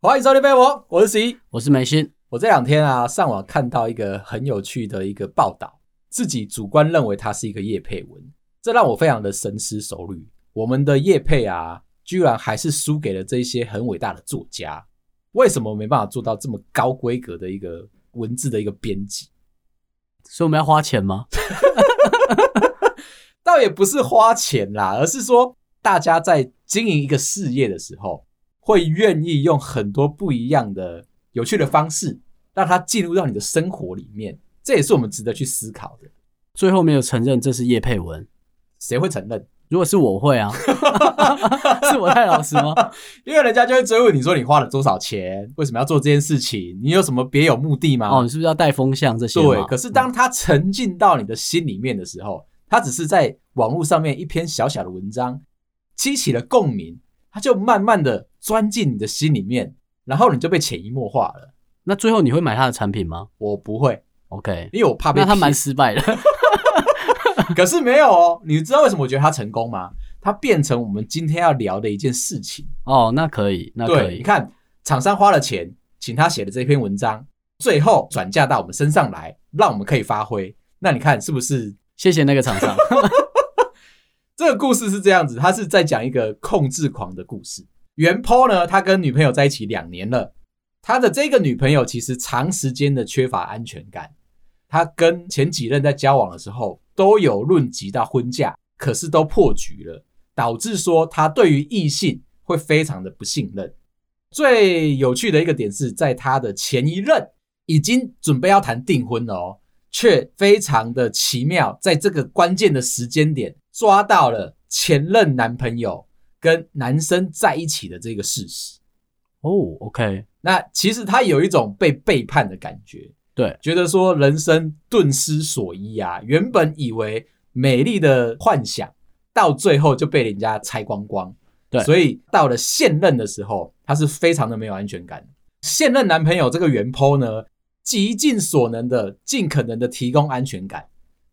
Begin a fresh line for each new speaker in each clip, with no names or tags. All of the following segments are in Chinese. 欢迎收听《贝博》，我是十一。
我是梅心，
我这两天啊，上网看到一个很有趣的一个报道，自己主观认为它是一个叶配文，这让我非常的深思熟虑。我们的叶配啊，居然还是输给了这些很伟大的作家，为什么没办法做到这么高规格的一个文字的一个编辑？
所以我们要花钱吗？
倒也不是花钱啦，而是说大家在经营一个事业的时候，会愿意用很多不一样的、有趣的方式，让它进入到你的生活里面。这也是我们值得去思考的。
最后没有承认这是叶佩文，
谁会承认？
如果是我 会啊， 是我太老实吗？
因为人家就会追问你说你花了多少钱，为什么要做这件事情？你有什么别有目的吗？
哦，你是不是要带风向这些嘛？
对。可是当他沉浸到你的心里面的时候，他只是在网络上面一篇小小的文章，激起了共鸣，他就慢慢的钻进你的心里面，然后你就被潜移默化了。
那最后你会买他的产品吗
我不会，
？OK，
因为我怕被
那他蛮
骗
失败的。
可是没有哦，你知道为什么我觉得他成功吗？他变成我们今天要聊的一件事情。
哦，那可以，那可
对，你
以，
看，厂商花了钱，请他写的这篇文章，最后转嫁到我们身上来，让我们可以发挥。那你看是不是
谢谢那个厂商。
这个故事是这样子，他是在讲一个控制狂的故事。原 p 呢，他跟女朋友在一起两年了，他的这个女朋友其实长时间的缺乏安全感。他跟前几任在交往的时候都有论及到婚嫁，可是都破局了，导致说他对于异性会非常的不信任。最有趣的一个点是在他的前一任已经准备要谈订婚了哦，却非常的奇妙，在这个关键的时间点抓到了前任男朋友跟男生在一起的这个事实。
哦，OK，
那其实他有一种被背叛的感觉，
对，
觉得说人生顿失所依啊，原本以为美丽的幻想，到最后就被人家拆光光。
对
所以到了现任的时候，他是非常的没有安全感。现任男朋友这个原 PO 呢，极尽所能的、尽可能的提供安全感。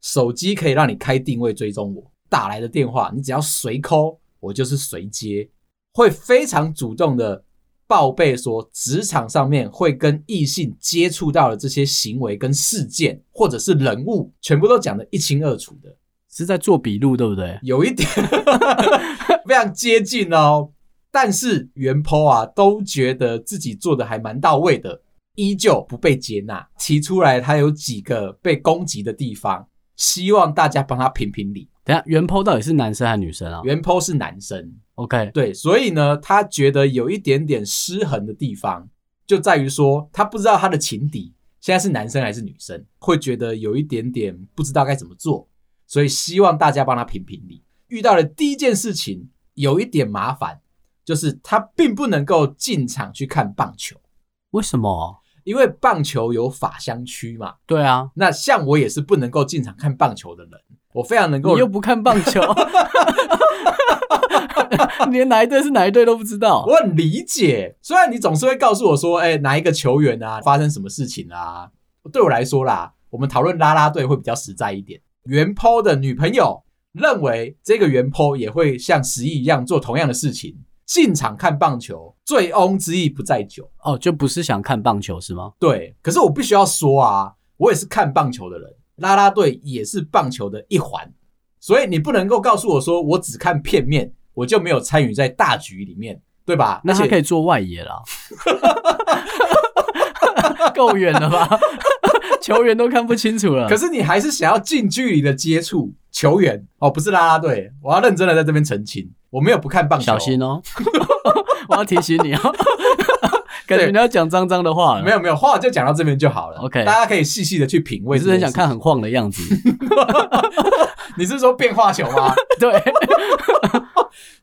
手机可以让你开定位追踪我，打来的电话你只要随抠，我就是随接，会非常主动的报备说职场上面会跟异性接触到的这些行为跟事件或者是人物，全部都讲得一清二楚的，
是在做笔录，对不对？
有一点非常接近哦。但是原 po 啊都觉得自己做的还蛮到位的，依旧不被接纳，提出来他有几个被攻击的地方，希望大家帮他评评理。
等一下原 PO 到底是男生还是女生啊
原 po 是男生，
？OK，
对，所以呢，他觉得有一点点失衡的地方，就在于说他不知道他的情敌现在是男生还是女生，会觉得有一点点不知道该怎么做，所以希望大家帮他评评理。遇到的第一件事情有一点麻烦，就是他并不能够进场去看棒球，
为什么？
因为棒球有法香区嘛。
对啊，
那像我也是不能够进场看棒球的人，我非常能够
你又不看棒 球， 你连哪一队是哪一队都不知道。
我很理解，虽然你总是会告诉我说，哎、哪一个球员啊，发生什么事情啊？对我来说啦，我们讨论啦啦队会比较实在一点。原 PO 的女朋友认为这个原 PO 也会像十一一样做同样的事情，进场看棒球，醉翁之意不在酒。
哦，就不是想看棒球是吗？
对，可是我必须要说啊，我也是看棒球的人，啦啦队也是棒球的一环，所以你不能够告诉我说我只看片面，我就没有参与在大局里面，对吧？
那他
而且
可以做外野啦，够远了吧？球员都看不清楚了。
可是你还是想要近距离的接触球员哦，不是啦啦队。我要认真的在这边澄清，我没有不看棒球，
小心哦，我要提醒你哦，感觉你要讲脏脏的话了。
没有没有，话就讲到这边就好了。
OK
大家可以细细的去品味。
我只是很想，看很晃的样子。
你是说变化球吗？
对，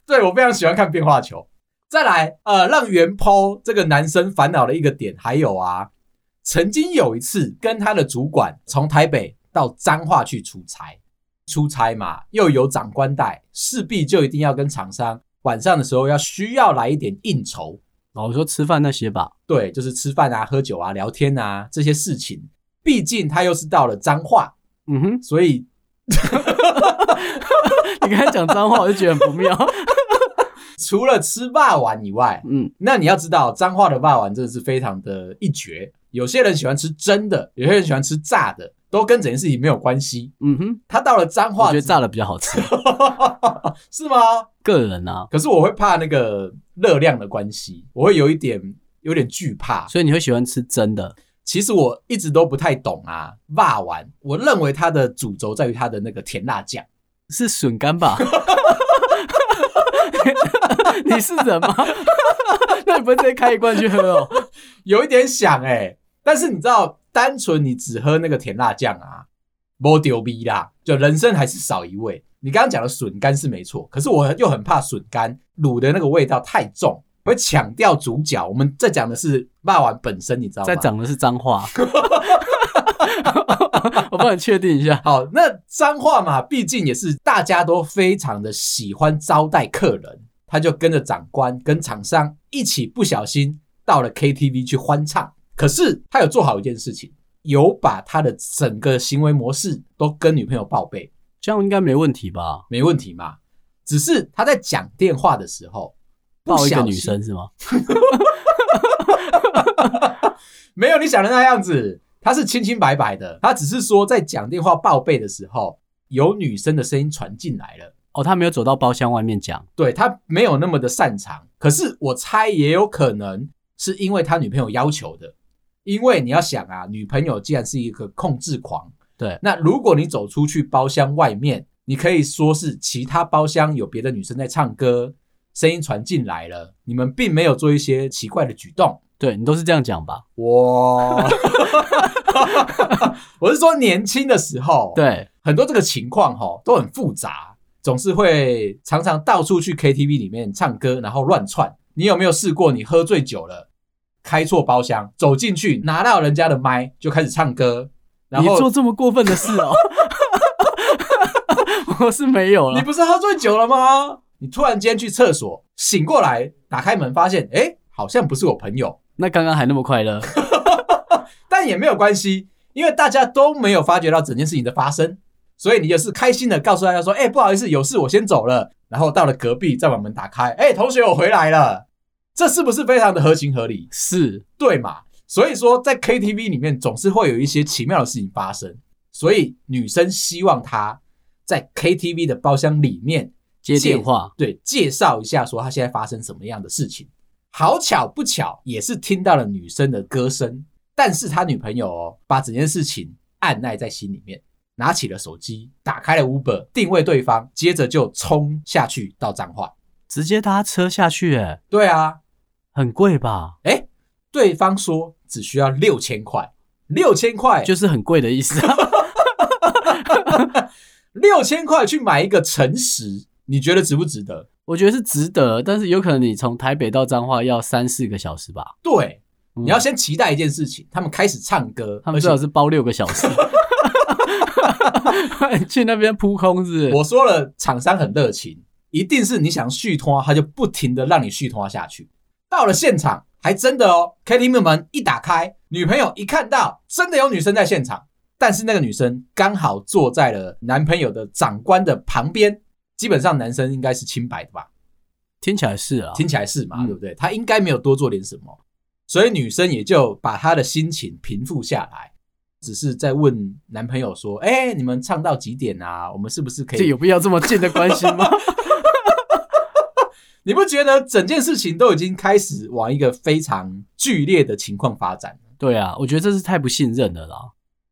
对我非常喜欢看变化球。再来，呃，让原抛这个男生烦恼的一个点，还有啊，曾经有一次跟他的主管从台北到彰化去出差，出差嘛，又有长官带，势必就一定要跟厂商晚上的时候要需要来一点应酬，
哦，我说吃饭那些吧，
对，就是吃饭啊、喝酒啊、聊天啊这些事情。毕竟他又是到了彰化，
嗯哼，
所以
你刚才讲脏话，我就觉得很不妙。
除了吃霸丸以外，
嗯，
那你要知道彰化的霸丸真的是非常的一绝。有些人喜欢吃蒸的，有些人喜欢吃炸的，都跟整件事情没有关系。
嗯哼，
他到了彰
我
化
觉得炸的比较好吃。
是吗？
个人啊，
可是我会怕那个热量的关系，我会有一点有点惧怕。
所以你会喜欢吃真的，
其实我一直都不太懂啊，霸丸，我认为它的主轴在于它的那个甜辣酱。
是笋干吧？ 你是人吗？那你不会直接开一罐去喝哦？
有一点想哎、但是你知道，单纯你只喝那个甜辣酱啊，没丢逼啦，就人生还是少一味。你刚刚讲的笋干是没错，可是我又很怕笋干卤的那个味道太重，会抢掉主角。我们在讲的是霸王本身，你知道吗？
再讲的是脏话， 我帮你确定一下。
好，那彰化嘛，毕竟也是大家都非常的喜欢招待客人，他就跟着长官、跟厂商一起，不小心到了 KTV 去欢唱。可是他有做好一件事情，有把他的整个行为模式都跟女朋友报备，
这样应该没问题吧？
没问题嘛。只是他在讲电话的时候，不
抱一个
小
女
心
生是吗？
没有你想的那样子，他是清清白白的，他只是说在讲电话报备的时候，有女生的声音传进来了。
哦，他没有走到包厢外面讲，
对他没有那么的擅长，可是我猜也有可能是因为他女朋友要求的，因为你要想啊，女朋友既然是一个控制狂，
对
那如果你走出去包厢外面，你可以说是其他包厢有别的女生在唱歌，声音传进来了，你们并没有做一些奇怪的举动，
对你都是这样讲吧？
我， 我是说年轻的时候，
对，
很多这个情况哈都很复杂，总是会常常到处去 KTV 里面唱歌，然后乱窜。你有没有试过，你喝醉酒了，开错包厢，走进去拿到人家的麦就开始唱歌，然
你做
后
这么过分的事 哦？我是没有
你
了，
不是喝醉酒了吗？你突然间去厕所醒过来，打开门发现，哎、好像不是我朋友，
那刚刚还那么快乐，
但也没有关系，因为大家都没有发觉到整件事情的发生，所以你就是开心的告诉大家说：“哎、不好意思，有事我先走了。”然后到了隔壁再把门打开，哎、同学，我回来了。这是不是非常的合情合理？
是
对嘛？所以说，在 KTV 里面总是会有一些奇妙的事情发生，所以女生希望他在 KTV 的包厢里面
接电话，
对，介绍一下说他现在发生什么样的事情。好巧不巧，也是听到了女生的歌声，但是他女朋友哦，把整件事情按捺在心里面，拿起了手机，打开了 Uber，定位对方，接着就冲下去到彰化。
直接搭车下去，哎，
对啊，
很贵吧？
哎，对方说只需要六千块，六千块
就是很贵的意思。
六千块去买一个诚实，你觉得值不值得？
我觉得是值得，但是有可能你从台北到彰化要三四个小时吧。
对，
嗯
你要先期待一件事情，他们开始唱歌，
他们
而且
最好是包六个小时， 去那边扑空是不是
我说了，厂商很热情，一定是你想续拖，他就不停的让你续拖下去。到了现场，还真的哦，KTV 门一打开，女朋友一看到，真的有女生在现场，但是那个女生刚好坐在了男朋友的长官的旁边。基本上男生应该是清白的吧，
听起来是啊，
听起来是嘛，
嗯
对不对？他应该没有多做点什么，所以女生也就把她的心情平复下来，只是在问男朋友说：“哎、你们唱到几点啊？我们是不是可以
这有必要这么近的关系吗？
你不觉得整件事情都已经开始往一个非常剧烈的情况发展了？
对啊，我觉得这是太不信任了啦。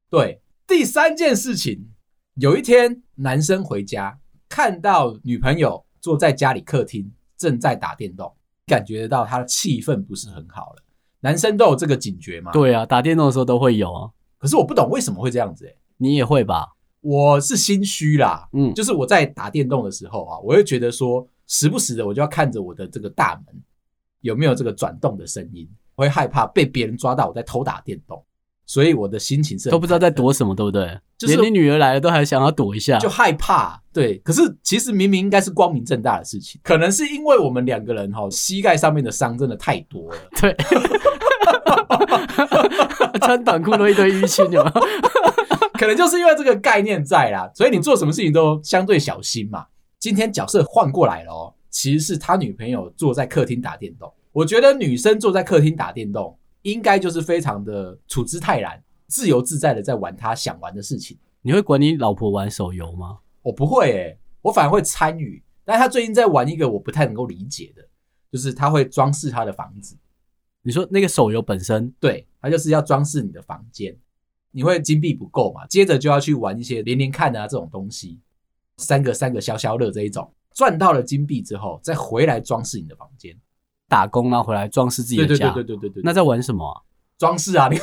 对，第三件事情，有一天男生回家，看到女朋友坐在家里客厅正在打电动，感觉到她的气氛不是很好了。男生都有这个警觉嘛？。
对啊，打电动的时候都会有啊，
可是我不懂为什么会这样子、欸，
你也会吧？
我是心虚啦。
嗯，
就是我在打电动的时候啊，我会觉得说，时不时的我就要看着我的这个大门有没有这个转动的声音，我会害怕被别人抓到我在偷打电动，所以我的心情是很
都不知道在躲什么，对不对？
就是
连你女儿来了都还想要躲一下，
就害怕。对，可是其实明明应该是光明正大的事情，可能是因为我们两个人哈、膝盖上面的伤真的太多了，
对，穿短裤都一堆淤青，有没 有？
可能就是因为这个概念在啦，所以你做什么事情都相对小心嘛。今天角色换过来了哦，其实是他女朋友坐在客厅打电动。我觉得女生坐在客厅打电动，应该就是非常的处之泰然、自由自在的在玩她想玩的事情。
你会管你老婆玩手游吗？
我不会诶、欸我反而会参与。但他最近在玩一个我不太能够理解的，就是他会装饰他的房子，
你说那个手游本身，
对他就是要装饰你的房间。你会金币不够嘛？接着就要去玩一些连连看啊这种东西，三个三个消消乐这一种，赚到了金币之后再回来装饰你的房间。
打工然后回来装饰自己
对
的
对
家，
对对对对对，
那在玩什么啊、
装饰啊，你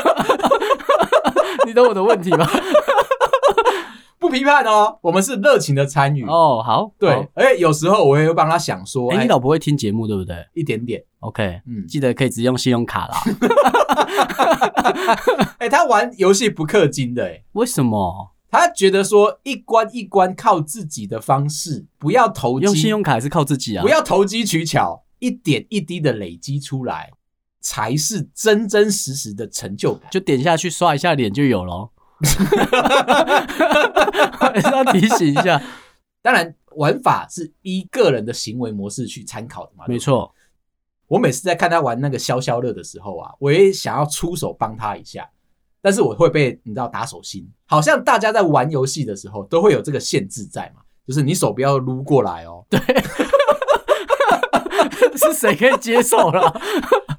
你懂我的问题吗？
不批判哦，我们是热情的参与。
哦，好，
对
好，，
而且有时候我也会帮他想说，
哎、
哎、
你老婆会听节目对不对
一点点，
？OK，
嗯，
记得可以直接用信用卡啦。
哎、他玩游戏不氪金的、哎，
为什么
他觉得说一关一关靠自己的方式，不要投机，
用信用卡还是靠自己啊？
不要投机取巧，一点一滴的累积出来，才是真真实实的成就感。
就点下去刷一下脸就有喽。 还是要提醒一下，
当然，玩法是依个人的行为模式去参考的嘛。
没错，
我每次在看他玩那个消消乐的时候啊，我也想要出手帮他一下，但是我会被你知道打手心，好像大家在玩游戏的时候都会有这个限制在嘛，就是你手不要撸过来哦。
是谁可以接受了？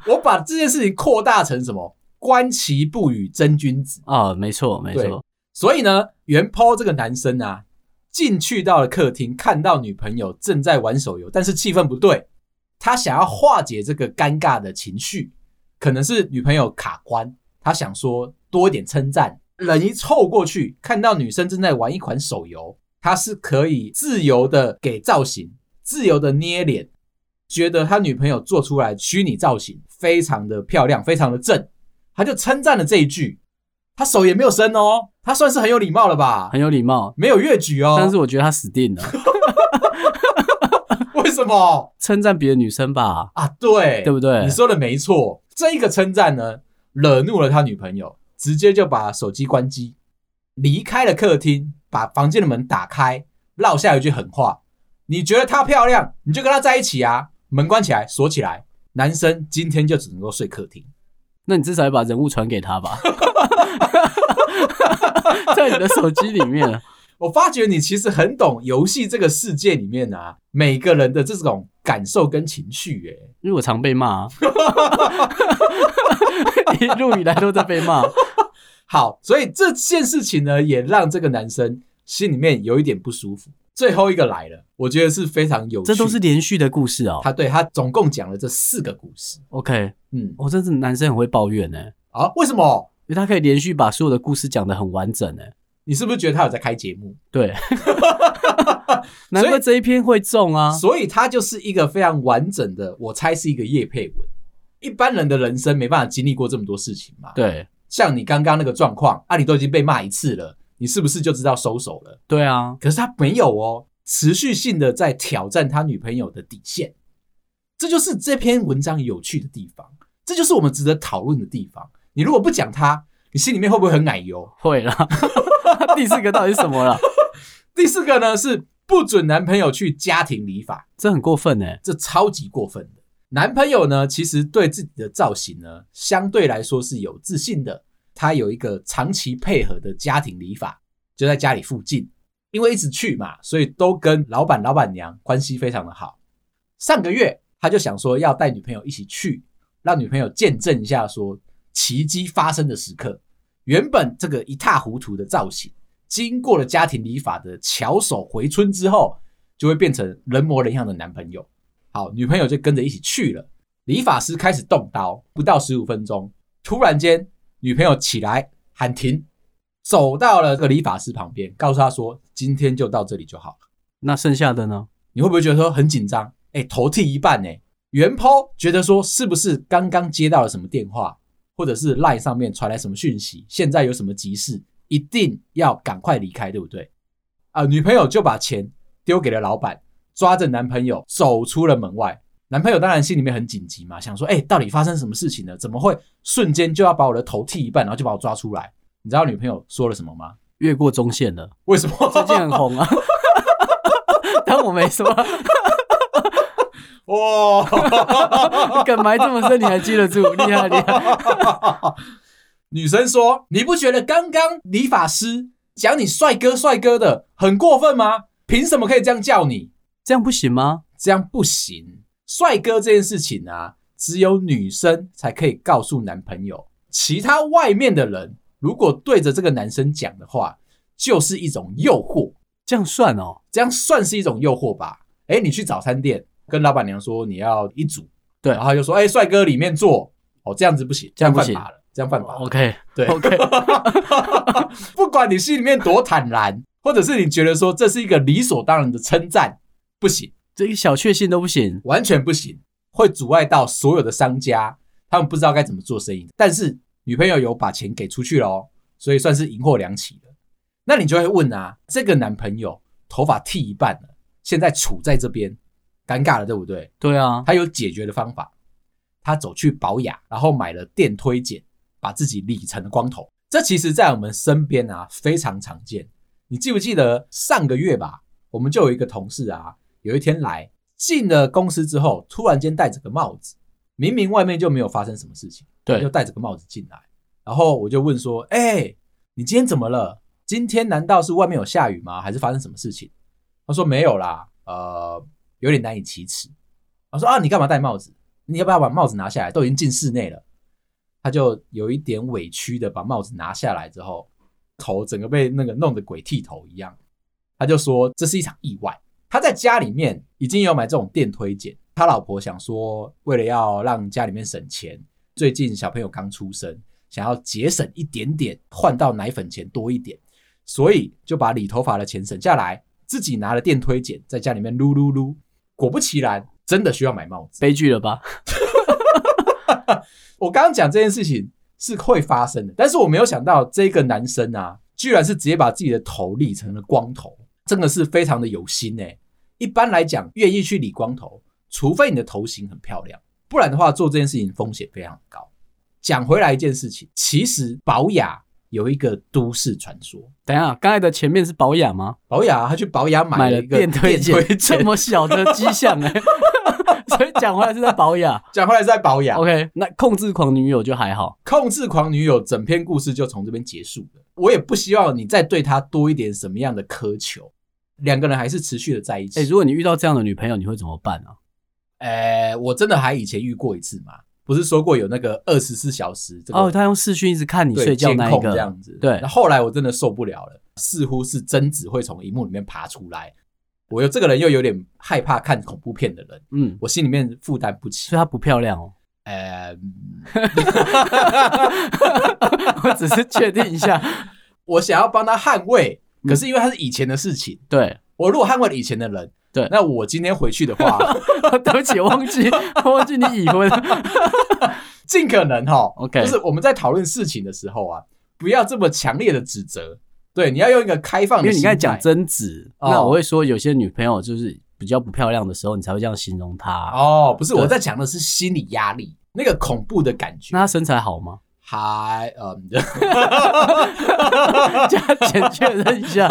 我把这件事情扩大成什么？观其不语真君子。
啊、没错，没
对
错，
所以呢，原抛这个男生啊，进去到了客厅，看到女朋友正在玩手游，但是气氛不对，他想要化解这个尴尬的情绪，可能是女朋友卡关，他想说多一点称赞。人一凑过去，看到女生正在玩一款手游，他是可以自由的给造型，自由的捏脸，觉得他女朋友做出来虚拟造型非常的漂亮，非常的正，他就称赞了这一句。他手也没有伸哦，他算是很有礼貌了吧？
很有礼貌。
没有越举哦。
但是我觉得他死定了，
为什么
称赞别的女生吧，
啊？对，
对不对
你说的没错，这一个称赞呢，惹怒了他女朋友，直接就把手机关机，离开了客厅，把房间的门打开，撂下一句狠话：你觉得她漂亮，你就跟她在一起啊！门关起来，锁起来。男生今天就只能够睡客厅。
那你至少要把人物传给他吧， 在你的手机里面。
我发觉你其实很懂游戏这个世界里面啊，每个人的这种感受跟情绪、耶。
因为我常被骂、啊， 一路以来都在被骂。
好，所以这件事情呢，也让这个男生心里面有一点不舒服。最后一个来了，我觉得是非常有趣。
这都是连续的故事哦。
他对他总共讲了这四个故事。
OK，
嗯，
我、哦、真是男生很会抱怨呢、
啊，为什么？
因为他可以连续把所有的故事讲得很完整呢、
你是不是觉得他有在开节目？
对，难怪这一篇会中啊。
所以他就是一个非常完整的，我猜是一个叶佩文。一般人的人生没办法经历过这么多事情嘛。，
对，
像你刚刚那个状况，啊，你都已经被骂一次了，你是不是就知道收手了？
对啊，
可是他没有哦，持续性的在挑战他女朋友的底线，这就是这篇文章有趣的地方，这就是我们值得讨论的地方。你如果不讲他，你心里面会不会很奶油？
会啦。 第四个到底是什么了？
第四个呢是不准男朋友去家庭理发，
这很过分呢、
这超级过分的。男朋友呢，其实对自己的造型呢，相对来说是有自信的。他有一个长期配合的家庭理发，就在家里附近。因为一直去嘛，所以都跟老板、老板娘关系非常的好。上个月他就想说要带女朋友一起去，让女朋友见证一下说奇迹发生的时刻。原本这个一塌糊涂的造型，经过了家庭理发的巧手回春之后，就会变成人模人样的男朋友。好，女朋友就跟着一起去了。理发师开始动刀，不到十五分钟，突然间女朋友起来喊停，走到了这个理发师旁边，告诉他说：“今天就到这里就好了。
那剩下的呢？”
你会不会觉得说很紧张？哎哎、头剃一半呢、原抛觉得说是不是刚刚接到了什么电话，或者是 LINE 上面传来什么讯息，现在有什么急事，一定要赶快离开，对不对？啊、女朋友就把钱丢给了老板，抓着男朋友走出了门外。男朋友当然心里面很紧急嘛，想说，哎、到底发生什么事情了？怎么会瞬间就要把我的头剃一半，然后就把我抓出来？你知道女朋友说了什么吗？
越过中线了，
为什么？
最近很红啊。 但我没说，
哇！
梗埋这么深，你还记得住，厉害厉害。
女生说：“你不觉得刚刚理发师讲你帅哥帅哥的很过分吗？凭什么可以这样叫你？
这样不行吗？
这样不行。帅哥这件事情啊，只有女生才可以告诉男朋友，其他外面的人如果对着这个男生讲的话，就是一种诱惑。
这样算哦。
这样算是一种诱惑吧？哎，你去早餐店跟老板娘说你要一组，
对
然后他就说哎，帅哥里面坐，哦，这样子不行，
这样不
犯
行哦
法了，这样犯法了。
OK，
对
OK，
不管你心里面多坦然， 或者是你觉得说这是一个理所当然的称赞，不行，
这个小确幸都不行。
完全不行，会阻碍到所有的商家，他们不知道该怎么做生意。但是女朋友有把钱给出去了哦，所以算是赢货两起了。那你就会问啊，这个男朋友头发剃一半了，现在杵在这边，尴尬了，对不对？
对啊，
他有解决的方法，他走去保养，然后买了电推剪，把自己理成了光头。这其实，在我们身边啊非常常见。你记不记得上个月吧，我们就有一个同事啊，有一天来进了公司之后，突然间戴着个帽子，明明外面就没有发生什么事情，
对
就戴着个帽子进来。然后我就问说：“哎、你今天怎么了？今天难道是外面有下雨吗？还是发生什么事情？”他说：“没有啦，呃，有点难以启齿。”我说啊，你干嘛戴帽子？你要不要把帽子拿下来？都已经进室内了。他就有一点委屈的把帽子拿下来之后，头整个被那个弄得鬼剃头一样。他就说这是一场意外。他在家里面已经有买这种电推剪，他老婆想说，为了要让家里面省钱，最近小朋友刚出生，想要节省一点点，换到奶粉钱多一点，所以就把理头发的钱省下来，自己拿了电推剪在家里面撸撸撸。果不其然，真的需要买帽子。
悲剧了吧？
我刚刚讲这件事情是会发生的，但是我没有想到这个男生啊，居然是直接把自己的头理成了光头，真的是非常的有心哎、一般来讲，愿意去理光头，除非你的头型很漂亮，不然的话做这件事情风险非常高。讲回来一件事情，其实保雅有一个都市传说，
等一下，刚才的前面是保养吗？
保雅他去保雅买
买
了
了
一个
电推荐，
电
这么小的迹象 哎、所以讲回来是在保养。
讲回来是在保雅
OK，那控制狂女友就还好，
控制狂女友整篇故事就从这边结束了。我也不希望你再对她多一点什么样的苛求。两个人还是持续的在一起。
哎、如果你遇到这样的女朋友，你会怎么办啊？
呃我真的还以前遇过一次嘛，不是说过有那个二十四小时这个、
哦，她用视讯一直看你
对
睡觉
监
那一
控这
个，
样子。
对
那后来我真的受不了了，似乎是贞子会从荧幕里面爬出来。我又这个人又有点害怕看恐怖片的人，
嗯，
我心里面负担不起
所以。她不漂亮 哦。
呃，嗯
我只是确定一下，
我想要帮他捍卫，
嗯
可是因为他是以前的事情。
对，
我如果捍卫了以前的人，
对
那我今天回去的 话，
对不起，忘记忘记你已婚，
尽可能哈
OK
就是我们在讨论事情的时候啊，不要这么强烈的指责，对，你要用一个开放
因
的
为你
心
刚
态。
才讲贞子，
哦
那我会说有些女朋友就是比较不漂亮的时候，你才会这样形容她。
哦，不是，
对
我在讲的是心理压力，那个恐怖的感觉
那。她身材好吗？
还嗯，
加减确认一下，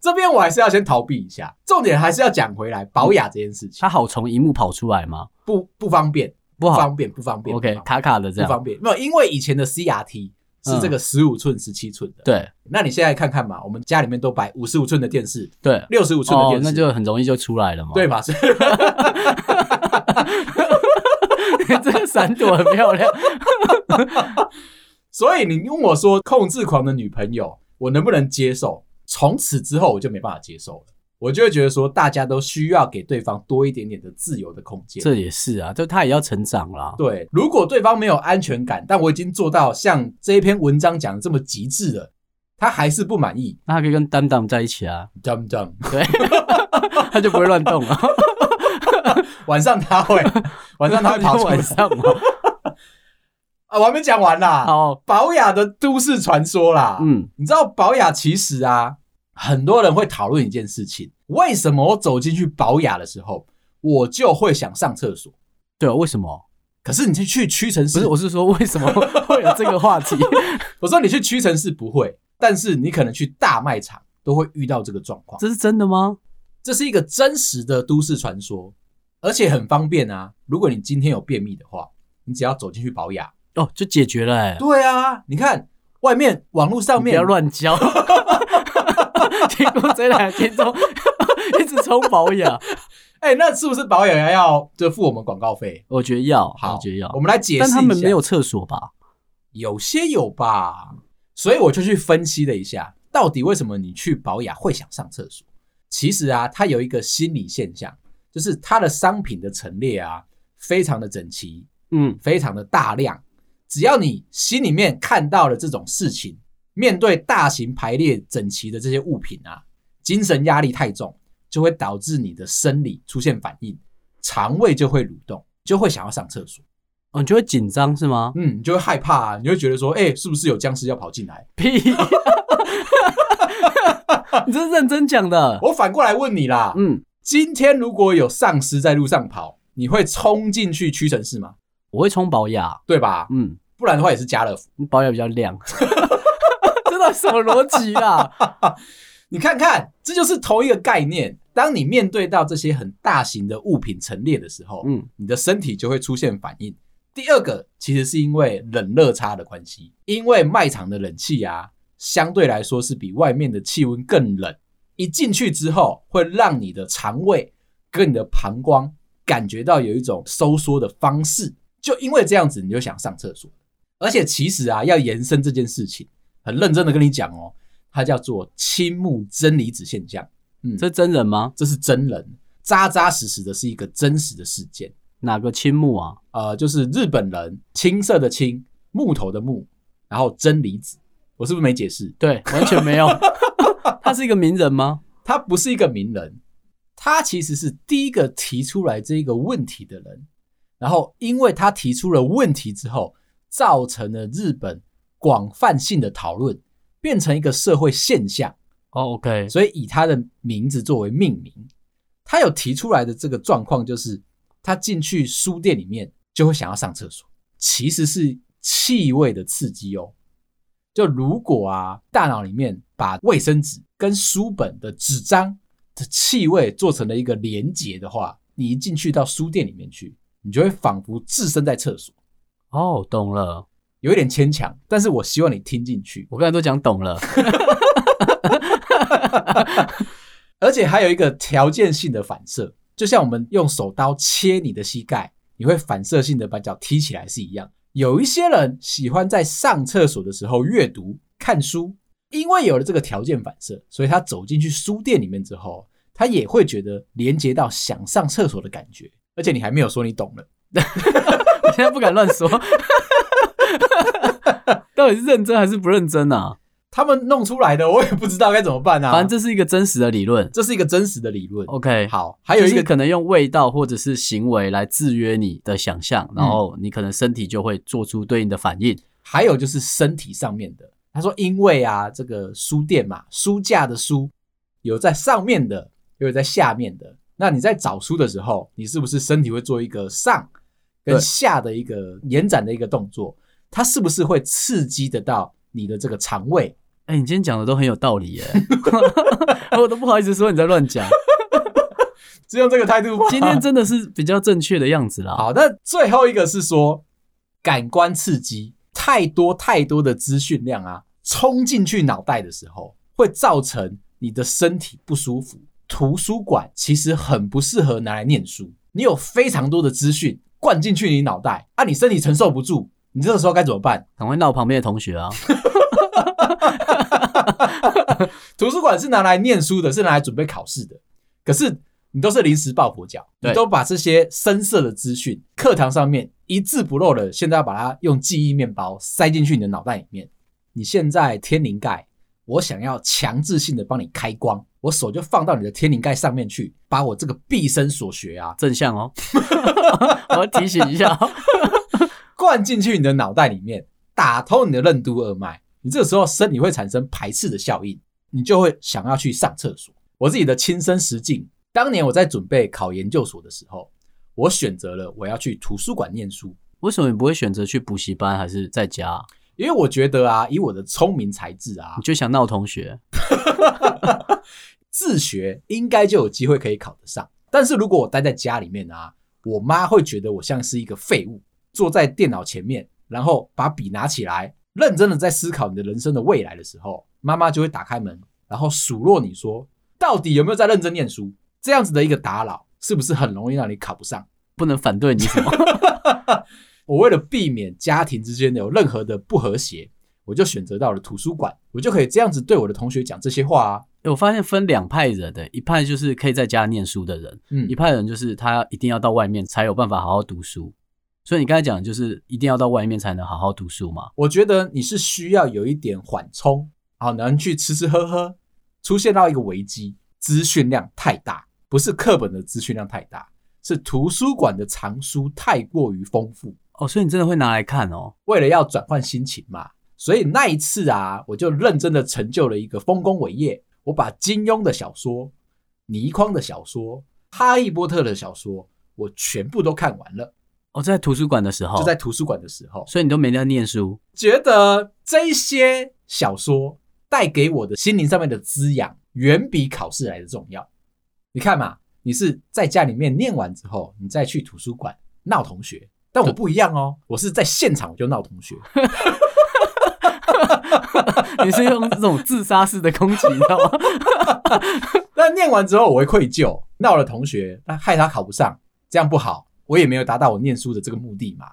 这边我还是要先逃避一下，重点还是要讲回来保养这件事情，
她好从荧幕跑出来吗？
不不方便，
不
不
好
方便，不方便。
，OK，
不方
卡卡的
便不
这样，嗯
方便，没有，因为以前的 CRT 是这个十五寸、十七寸的，
对
那你现在看看嘛，我们家里面都摆五十五寸的电视、
对，
六十五寸的
哦
电，视，
那就很容易就出来了嘛。
对，嘛？ 是
这个闪躲很漂亮。
所以你问我说控制狂的女朋友，我能不能接受？从此之后我就没办法接受了，我就会觉得说大家都需要给对方多一点点的自由的空间。
这也是啊，就她也要成长啦。
对，如果对方没有安全感，但我已经做到像这一篇文章讲的这么极致了，他还是不满意，
那她可以跟丹丹在一起啊，
当当，
对，她就不会乱动啊 了。
晚上他会，晚上他会跑出来
晚。上嘛，
啊，我还没讲完啦。
好，
保雅的都市传说啦，
嗯，
你知道保雅其实啊，很多人会讨论一件事情：为什么我走进去保雅的时候，我就会想上厕所？
对啊，为什么？
可是你去去屈臣氏，
不是，我是说为什么会有这个话题？
我说你去屈臣氏不会，但是你可能去大卖场都会遇到这个状况。
这是真的吗？
这是一个真实的都市传说，而且很方便啊。如果你今天有便秘的话，你只要走进去保养。
哦，就解决了哎、
对啊，你看外面网络上
你不
面
要乱 教。听过这两听众 一直冲保养，
哎、那是不是保养要就付我们广告费？
我觉得要，
好，
我觉得要
我。们来解释一
但
下。
他们没有厕所吧？
有些有吧，所以我就去分析了一下，到底为什么你去保养会想上厕所？其实啊，它有一个心理现象，就是它的商品的陈列啊，非常的整齐，
嗯，
非常的大量。只要你心里面看到了这种事情，面对大型排列整齐的这些物品啊，精神压力太重，就会导致你的生理出现反应，肠胃就会蠕动，就会想要上厕所。
哦，你就会紧张是吗？
嗯，你就会害怕、啊，你会觉得说，哎、是不是有僵尸要跑进来？
屁！ 你这是认真讲的？
我反过来问你啦，
嗯，
今天如果有丧尸在路上跑，你会冲进去屈臣氏吗？
我会冲保养，
对吧？
嗯，
不然的话也是家乐福。
保养比较亮。 这到底什么逻辑啊？
你看看，这就是同一个概念。当你面对到这些很大型的物品陈列的时候，
嗯，
你的身体就会出现反应。第二个其实是因为冷热差的关系，因为卖场的冷气啊，相对来说是比外面的气温更冷。一进去之后，会让你的肠胃跟你的膀胱感觉到有一种收缩的方式，就因为这样子，你就想上厕所。而且其实啊，要延伸这件事情，很认真的跟你讲哦，它叫做青木真离子现象。嗯，这
这是真人吗？
这是真人，扎扎实实的是一个真实的事件。
哪个青木啊？
呃，就是日本人青色的青，木头的木，然后真离子。我是不是没解释？
对，完全没有。 他是一个名人吗？
他不是一个名人，他其实是第一个提出来这个问题的人。然后，因为他提出了问题之后，造成了日本广泛性的讨论，变成一个社会现象。
哦，OK，
所以以他的名字作为命名。他有提出来的这个状况就是，他进去书店里面就会想要上厕所，其实是气味的刺激哦。就如果啊，大脑里面把卫生纸跟书本的纸张的气味做成了一个连结的话，你一进去到书店里面去，你就会仿佛置身在厕所，
哦，懂了。
有一点牵强，但是我希望你听进去。
我刚才都讲懂了。
而且还有一个条件性的反射，就像我们用手刀切你的膝盖，你会反射性的把脚踢起来是一样。有一些人喜欢在上厕所的时候阅读、看书，因为有了这个条件反射，所以他走进去书店里面之后，他也会觉得连接到想上厕所的感觉。而且你还没有说你懂了，
我现在不敢乱说。到底是认真还是不认真啊？
他们弄出来的我也不知道该怎么办啊。
反正哦这是一个真实的理论。
这是一个真实的理论。
OK，，
好，还有一个
可能用味道或者是行为来制约你的想象，
嗯
然后你可能身体就会做出对应的反应。
还有就是身体上面的。他说，因为啊，这个书店嘛，书架的书有在上面的，也有在下面的。那你在找书的时候，你是不是身体会做一个上跟
对
下的一个延展的一个动作？它是不是会刺激得到你的这个肠胃？
哎、你今天讲的都很有道 理耶，我都不好意思说你在乱讲。
只有这个态度吗？
今天真的是比较正确的样子啦。
好，那最后一个是说，感官刺激太多太多的资讯量啊，冲进去脑袋的时候，会造成你的身体不舒服。图书馆其实很不适合拿来念书，你有非常多的资讯灌进去你脑袋，啊，你身体承受不住，你这个时候该怎么办？
赶快闹旁边的同学啊！
图书馆是拿来念书的，是拿来准备考试的。可是你都是临时抱佛脚，
对
你都把这些深色的资讯，课堂上面一字不漏的，现在要把它用记忆面包塞进去你的脑袋里面。你现在天灵盖，我想要强制性的帮你开光，我手就放到你的天灵盖上面去，把我这 个毕生所学啊，
正向哦，我要提醒一下哦，
灌进去你的脑袋里面，打通你的任督二脉，你这个时候身体会产生排斥的效应，你就会想要去上厕所。我自己的亲身实境，当年我在准备考研究所的时候，我选择了我要去图书馆念书，
为什么你不会选择去补习班还是在家啊？
因为我觉得啊，以我的聪明才智啊
你，就想闹同学？
自学应该就有机会可以考得上。但是如果我待在家里面啊，我妈会觉得我像是一个废物，坐在电脑前面，然后把笔拿起来，认真的在思考你的人生的未来的时候，妈妈就会打开门，然后数落你说，到底有没有在认真念书？这样子的一个打扰，是不是很容易让你考不上？
不能反对你什么？
我为了避免家庭之间有任何的不和谐，我就选择到了图书馆，我就可以这样子对我的同学讲这些话啊。
欸我发现分两派人的、一派就是可以在家念书的人，
嗯
一派人就是他一定要到外面才有办法好好读书。所以你刚才讲的就是一定要到外面才能好好读书嘛？
我觉得你是需要有一点缓冲，好能去吃吃喝喝。出现到一个危机，资讯量太大，不是课本的资讯量太大，是图书馆的藏书太过于丰富。
哦，所以你真的会拿来看哦。
为了要转换心情嘛，所以那一次啊，我就认真的成就了一个丰功伟业。我把金庸的小说、倪匡的小说、哈利波特的小说，我全部都看完了，
哦，在图书馆的时候，
就在，图书馆的时候。
所以你都没在念书。
觉得这些小说带给我的心灵上面的滋养，远比考试来的重要。你看嘛，你是在家里面念完之后，你再去图书馆闹同学，但我不一样哦，我是在现场我就闹同学，
你是用这种自杀式的攻击，你知 道吗？
但念完之后我会愧疚，闹了同学，那害他考不上，这样不好，我也没有达到我念书的这个目的嘛，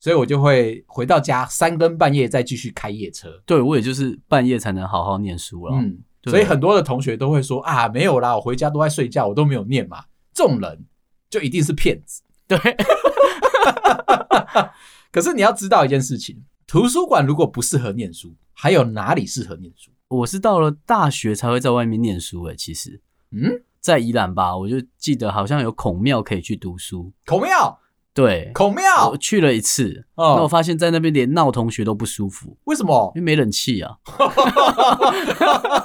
所以我就会回到家三更半夜再继续开夜车。
对我也就是半夜才能好好念书了。
嗯，
对
所以很多的同学都会说啊，没有啦，我回家都在睡觉，我都没有念嘛。这种人就一定是骗子。
对，
可是你要知道一件事情，图书馆如果不适合念书，还有哪里适合念书？
我是到了大学才会在外面念书诶，其实
嗯，
在宜兰吧，我就记得好像有孔庙可以去读书。
孔庙，
对，
孔
我
庙，
去了一次，哦那我
哦，
发现在那边连闹同学都不舒服，
为什么
因为？没冷 气啊。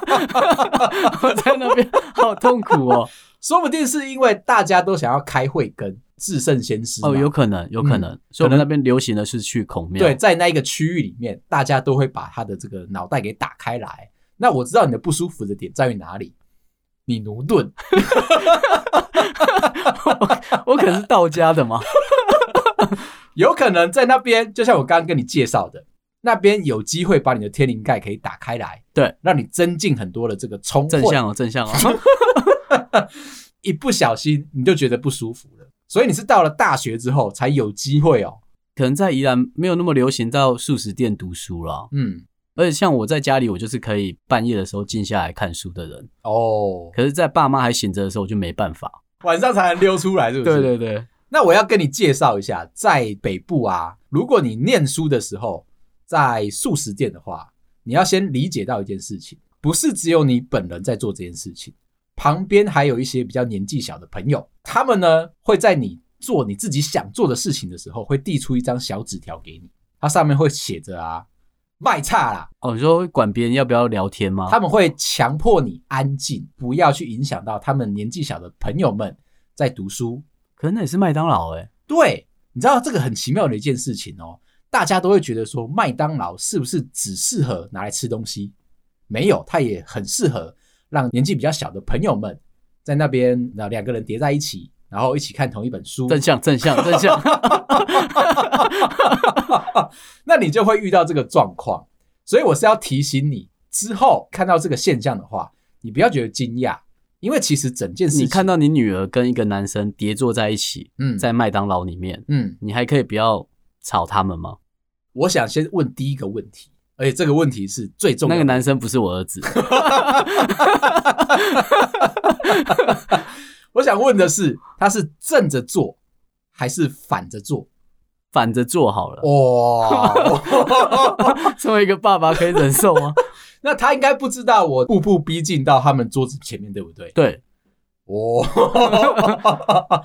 我在那边好痛苦哦，
说不定 是因为大家都想要开会跟至圣先师嘛
哦，有可能，有可能，所
啊嗯可
以我
能
们那边流行的是去孔庙，
对，，在那一个区域里面，大家都会把他的这个脑袋给打开来。那我知道你的不舒服的点在于哪里，你驽钝，
我可是道家的 嘛，
有可能在那边，就像我刚刚跟你介绍的，那边有机会把你的天灵盖可以打开来，
对，
让你增进很多的这个冲
正
混。
向哦，正向哦，
一不小心你就觉得不舒服了，所以你是到了大学之后才有机会哦。
可能在宜兰没有那么流行到素食店读书啦，
嗯，
而且像我在家里，我就是可以半夜的时候静下来看书的人，
哦，
可是，在爸妈还醒着的时候，我就没办法。
晚上才能溜出来，是不是？。
对，
那我要跟你介绍一下，在北部啊，如果你念书的时候在素食店的话，你要先理解到一件事情，不是只有你本人在做这件事情，旁边还有一些比较年纪小的朋友，他们呢会在你做你自己想做的事情的时候，会递出一张小纸条给你，它上面会写着啊卖差啦，
哦，你说管别人要不要聊天吗？
他们会强迫你安静，不要去影响到他们年纪小的朋友们在读书，
可能那也是麦当劳哎、
对，你知道这个很奇妙的一件事情哦，大家都会觉得说麦当劳是不是只适合拿来吃东西？没有，它也很适合让年纪比较小的朋友们在那边，那两个人叠在一起，然后一起看同一本书。
正向，正向，正向。
那你就会遇到这个状况。所以我是要提醒你，之后看到这个现象的话，你不要觉得惊讶，因为其实整件事情，
你看
到，
到你女儿跟一个男生叠坐在一起，
嗯，
在麦当劳里面，
嗯，
你还可以不要吵他们吗？
我想先问第一个问题，而且这个问题是最重要
那
的
个男生不是我儿子，
我想问的是，他是正着做还是反着做？
反着坐好了。
哇，
作为一个爸爸，可以忍受吗？
那他应该不知道我步步逼近到他们桌子前面，对不 对？
对，
哦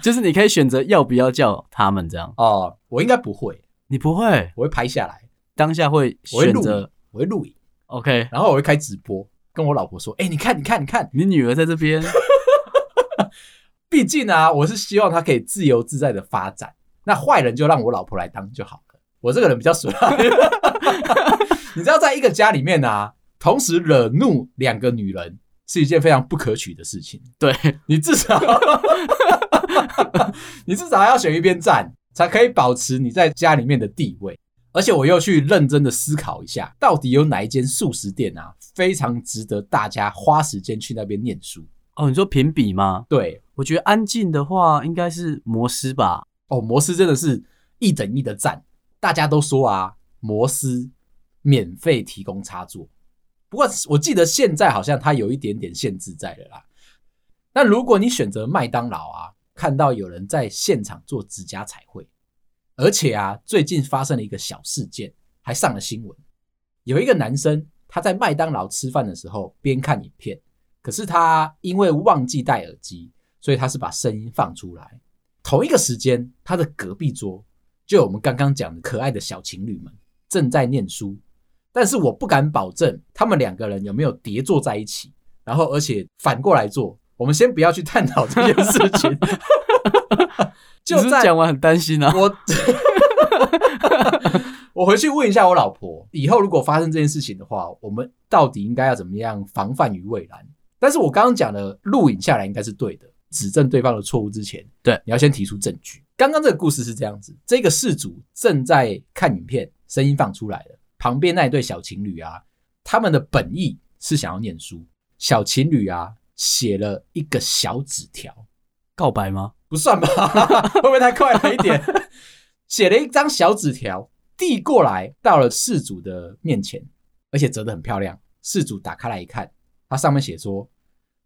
就是你可以选择要不要叫他们这样。
哦，我应该不会，
你不会
我会拍下来，
当下会
我会
选
录影
择，
我会录影，
OK，
然后我会开直播，跟我老婆说：“哎、你看，你看，你看，
你女儿在 这边，
毕竟啊，我是希望她可以自由自在的发展。那坏人就让我老婆来当就好了。我这个人比较损害。你知道，在一个家里面啊，同时惹怒两个女人是一件非常不可取的事情。
对，
你至少，你至少要选一边站，才可以保持你在家里面的地位。而且我又去认真的思考一下，到底有哪一间素食店啊，非常值得大家花时间去那边念书。
哦，你说评比吗？
对，
我觉得安静的话应该是摩斯吧，
哦，摩斯真的是一等一的赞，大家都说啊，摩斯免费提供插座。不过我记得现在好像它有一点点限制在了啦。那如果你选择麦当劳啊，看到有人在现场做指甲彩绘，而且啊，最近发生了一个小事件，还上了新闻。有一个男生他在麦当劳吃饭的时候边看影片，可是他因为忘记戴耳机，所以他是把声音放出来。同一个时间，他的隔壁桌就有我们刚刚讲的可爱的小情侣们正在念书，但是我不敢保证他们两个人有没有叠坐在一起，然后而且反过来坐。我们先不要去探讨这件事情。 就
你是不
在
是讲完很担心啊。
我 我回去问一下我老婆，以后如果发生这件事情的话，我们到底应该要怎么样防范于未然？但是我刚刚讲的录影下来应该是对的，指正对方的错误之前，
对
你要先提出证据。刚刚这个故事是这样子：这个事主正在看影片，声音放出来了，旁边那一对小情侣啊，他们的本意是想要念书，小情侣啊写了一个小纸条，
告白吗？
不算吧？ 会不会太快了一点？写了一张小纸条递过来，到了事主的面前，而且折得很漂亮。事主打开来一看，它上面写说：“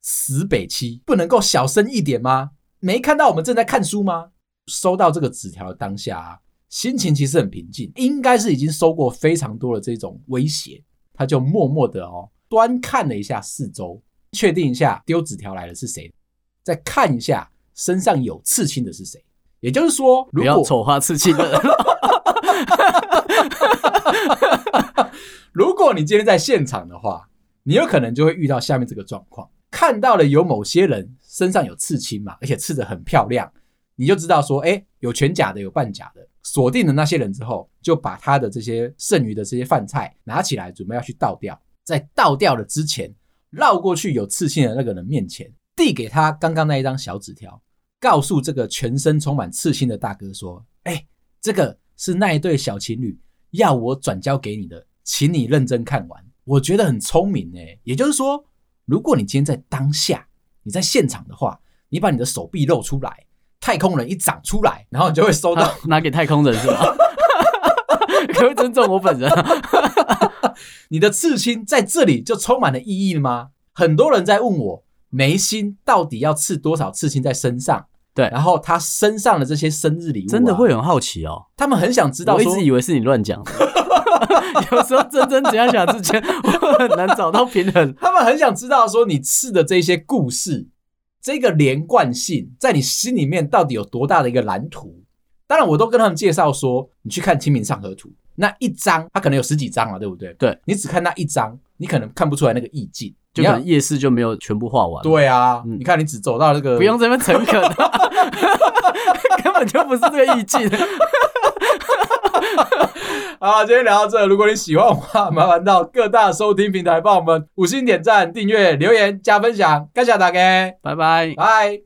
死北七，不能够小声一点吗？没看到我们正在看书吗？”收到这个纸条的当下啊，心情其实很平静，应该是已经收过非常多的这种威胁，他就默默的哦，端看了一下四周，确定一下丢纸条来的是谁，再看一下身上有刺青的是谁。也就是说，如
不要
果
丑化刺青的人。
如果你今天在现场的话，你有可能就会遇到下面这个状况：看到了有某些人身上有刺青嘛，而且刺得很漂亮，你就知道说，哎、有全假的，有半假的。锁定了那些人之后，就把他的这些剩余的这些饭菜拿起来，准备要去倒掉。在倒掉了之前，绕过去有刺青的那个人面前，递给他刚刚那一张小纸条，告诉这个全身充满刺青的大哥说：“哎、这个是那一对小情侣要我转交给你的，请你认真看完。我觉得很聪明诶、也就是说，如果你今天在当下，你在现场的话，你把你的手臂露出来，太空人一长出来，然后你就会收到
他拿给太空人是吧？可不可以尊重我本人啊？
你的刺青在这里就充满了意义了吗？很多人在问我，眉心到底要刺多少刺青在身上？
对
然后他身上的这些生日礼物、啊
真的会，很好奇哦。
他们很想知道
我一
说，
直以为是你乱 讲的。有时候真真假假之间，我很难找到平衡。
他们很想知道说你刺的这些故事，这个连贯性在你心里面到底有多大的一个蓝图？当然，我都跟他们介绍说，你去看《清明上河图》那一张，它可能有十几张嘛，对不对？
对，
你只看那一张，你可能看不出来那个意境。
就
你
可
要
能夜市就没有全部画完。，
对啊，
嗯
你看你只走到那个
不用这么诚恳、 根本就不是这个意境。
好，今天聊到这。如果你喜欢我的话， 麻烦到各大收听平台帮我们五星点赞、订阅、留言、加分享，感谢大家，
拜拜。
拜。